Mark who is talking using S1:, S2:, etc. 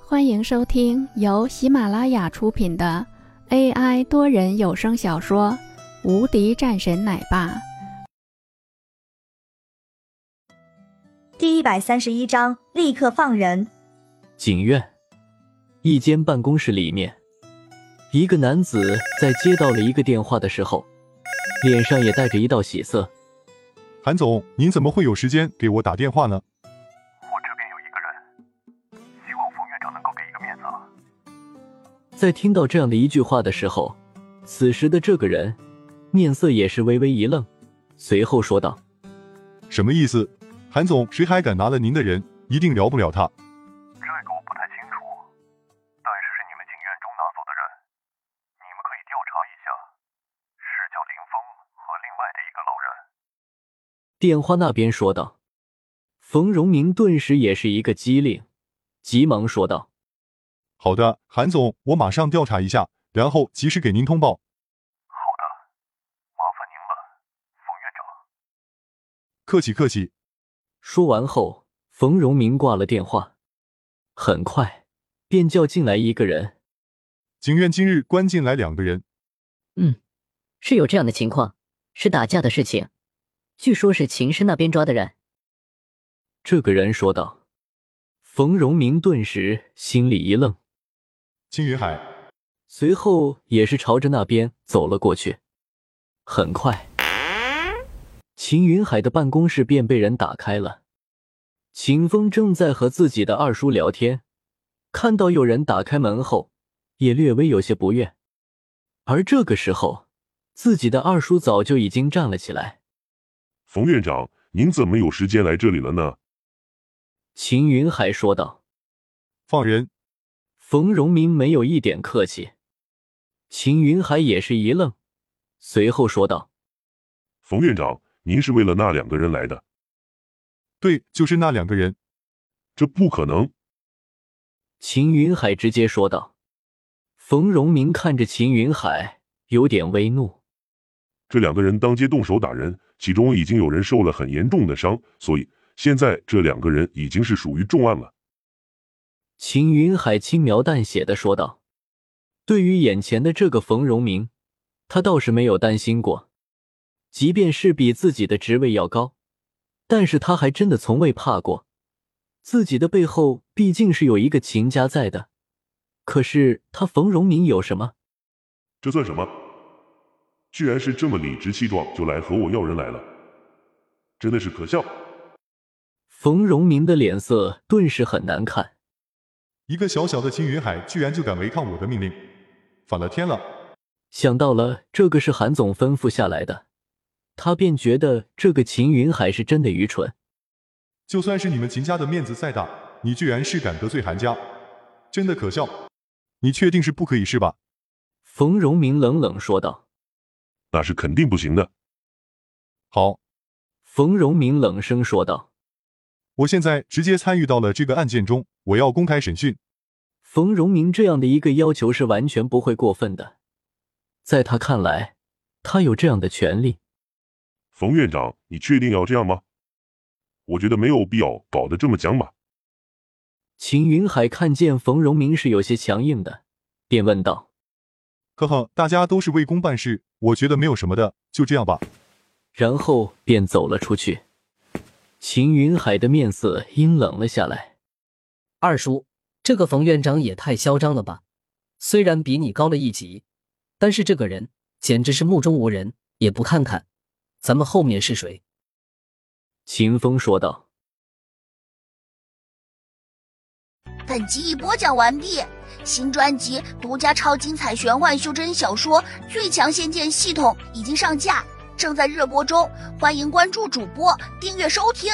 S1: 欢迎收听由喜马拉雅出品的 AI 多人有声小说《无敌战神奶爸》
S2: 第一百三十一章，立刻放人！
S3: 景苑，一间办公室里面，一个男子在接到了一个电话的时候，脸上也带着一道喜色。
S4: 韩总，您怎么会有时间给我打电话呢？
S3: 在听到这样的一句话的时候，此时的这个人面色也是微微一愣，随后说道
S4: 什么意思？韩总，谁还敢拿了您的人，一定饶不了他。
S5: 这个我不太清楚，但是是你们警院中拿走的人，你们可以调查一下，是叫林峰和另外的一个老人。：“
S3: 电话那边说道。”冯荣明顿时也是一个机灵，急忙说道
S4: 好的，韩总，我马上调查一下，然后及时给您通报。
S5: 好的，麻烦您了，冯院长。
S4: 客气客气。：“
S3: 说完后，冯荣明挂了电话。很快，便叫进来一个人。
S4: 警院今日关进来两个人，
S6: 是有这样的情况，是打架的事情，据说是秦深那边抓的人。
S3: 这个人说道。冯荣明顿时心里一愣，
S4: 青云海。
S3: 随后也是朝着那边走了过去。很快，秦云海的办公室便被人打开了。秦风正在和自己的二叔聊天，看到有人打开门后，也略微有些不悦。而这个时候，自己的二叔早就已经站了起来。
S7: 冯院长，您怎么有时间来这里了呢？
S3: 秦云海说道
S4: 放人！：“
S3: 冯荣明没有一点客气。”秦云海也是一愣，随后说道
S7: 冯院长，您是为了那两个人来的？
S4: 对，就是那两个人。
S7: 这不可能！
S3: 秦云海直接说道。冯荣明看着秦云海，有点微怒。
S7: 这两个人当街动手打人，其中已经有人受了很严重的伤，所以现在这两个人已经是属于重案了。
S3: 秦云海轻描淡写的说道：“对于眼前的这个冯荣明，他倒是没有担心过。即便是比自己的职位要高，但是他还真的从未怕过。自己的背后毕竟是有一个秦家在的。可是他冯荣明有什么？
S7: 这算什么？居然是这么理直气壮就来和我要人来了，真的是可笑！
S3: 冯荣明的脸色顿时很难看。”
S4: 一个小小的青云海，居然就敢违抗我的命令，反了天了！
S3: 想到了这个是韩总吩咐下来的，他便觉得这个秦云海是真的愚蠢。
S4: 就算是你们秦家的面子再大，你居然是敢得罪韩家，真的可笑！你确定是不可以是吧？
S3: 冯荣明冷冷说道。
S7: 那是肯定不行的。
S4: 好，
S3: 冯荣明冷声说道。
S4: 我现在直接参与到了这个案件中，我要公开审讯。
S3: 冯荣明这样的一个要求是完全不会过分的，在他看来，他有这样的权利。
S7: 冯院长，你确定要这样吗？我觉得没有必要搞得这么讲吧。
S3: 秦云海看见冯荣明是有些强硬的，便问道。
S4: 呵呵，大家都是为公办事，我觉得没有什么的，就这样吧。
S3: 然后便走了出去。秦云海的面色阴冷了下来。
S8: 二叔，这个冯院长也太嚣张了吧！虽然比你高了一级，但是这个人简直是目中无人，也不看看咱们后面是谁。
S3: 秦风说道。
S9: 本集已播讲完毕，新专辑独家超精彩玄幻修真小说《最强仙剑系统》已经上架，正在热播中，欢迎关注主播，订阅收听。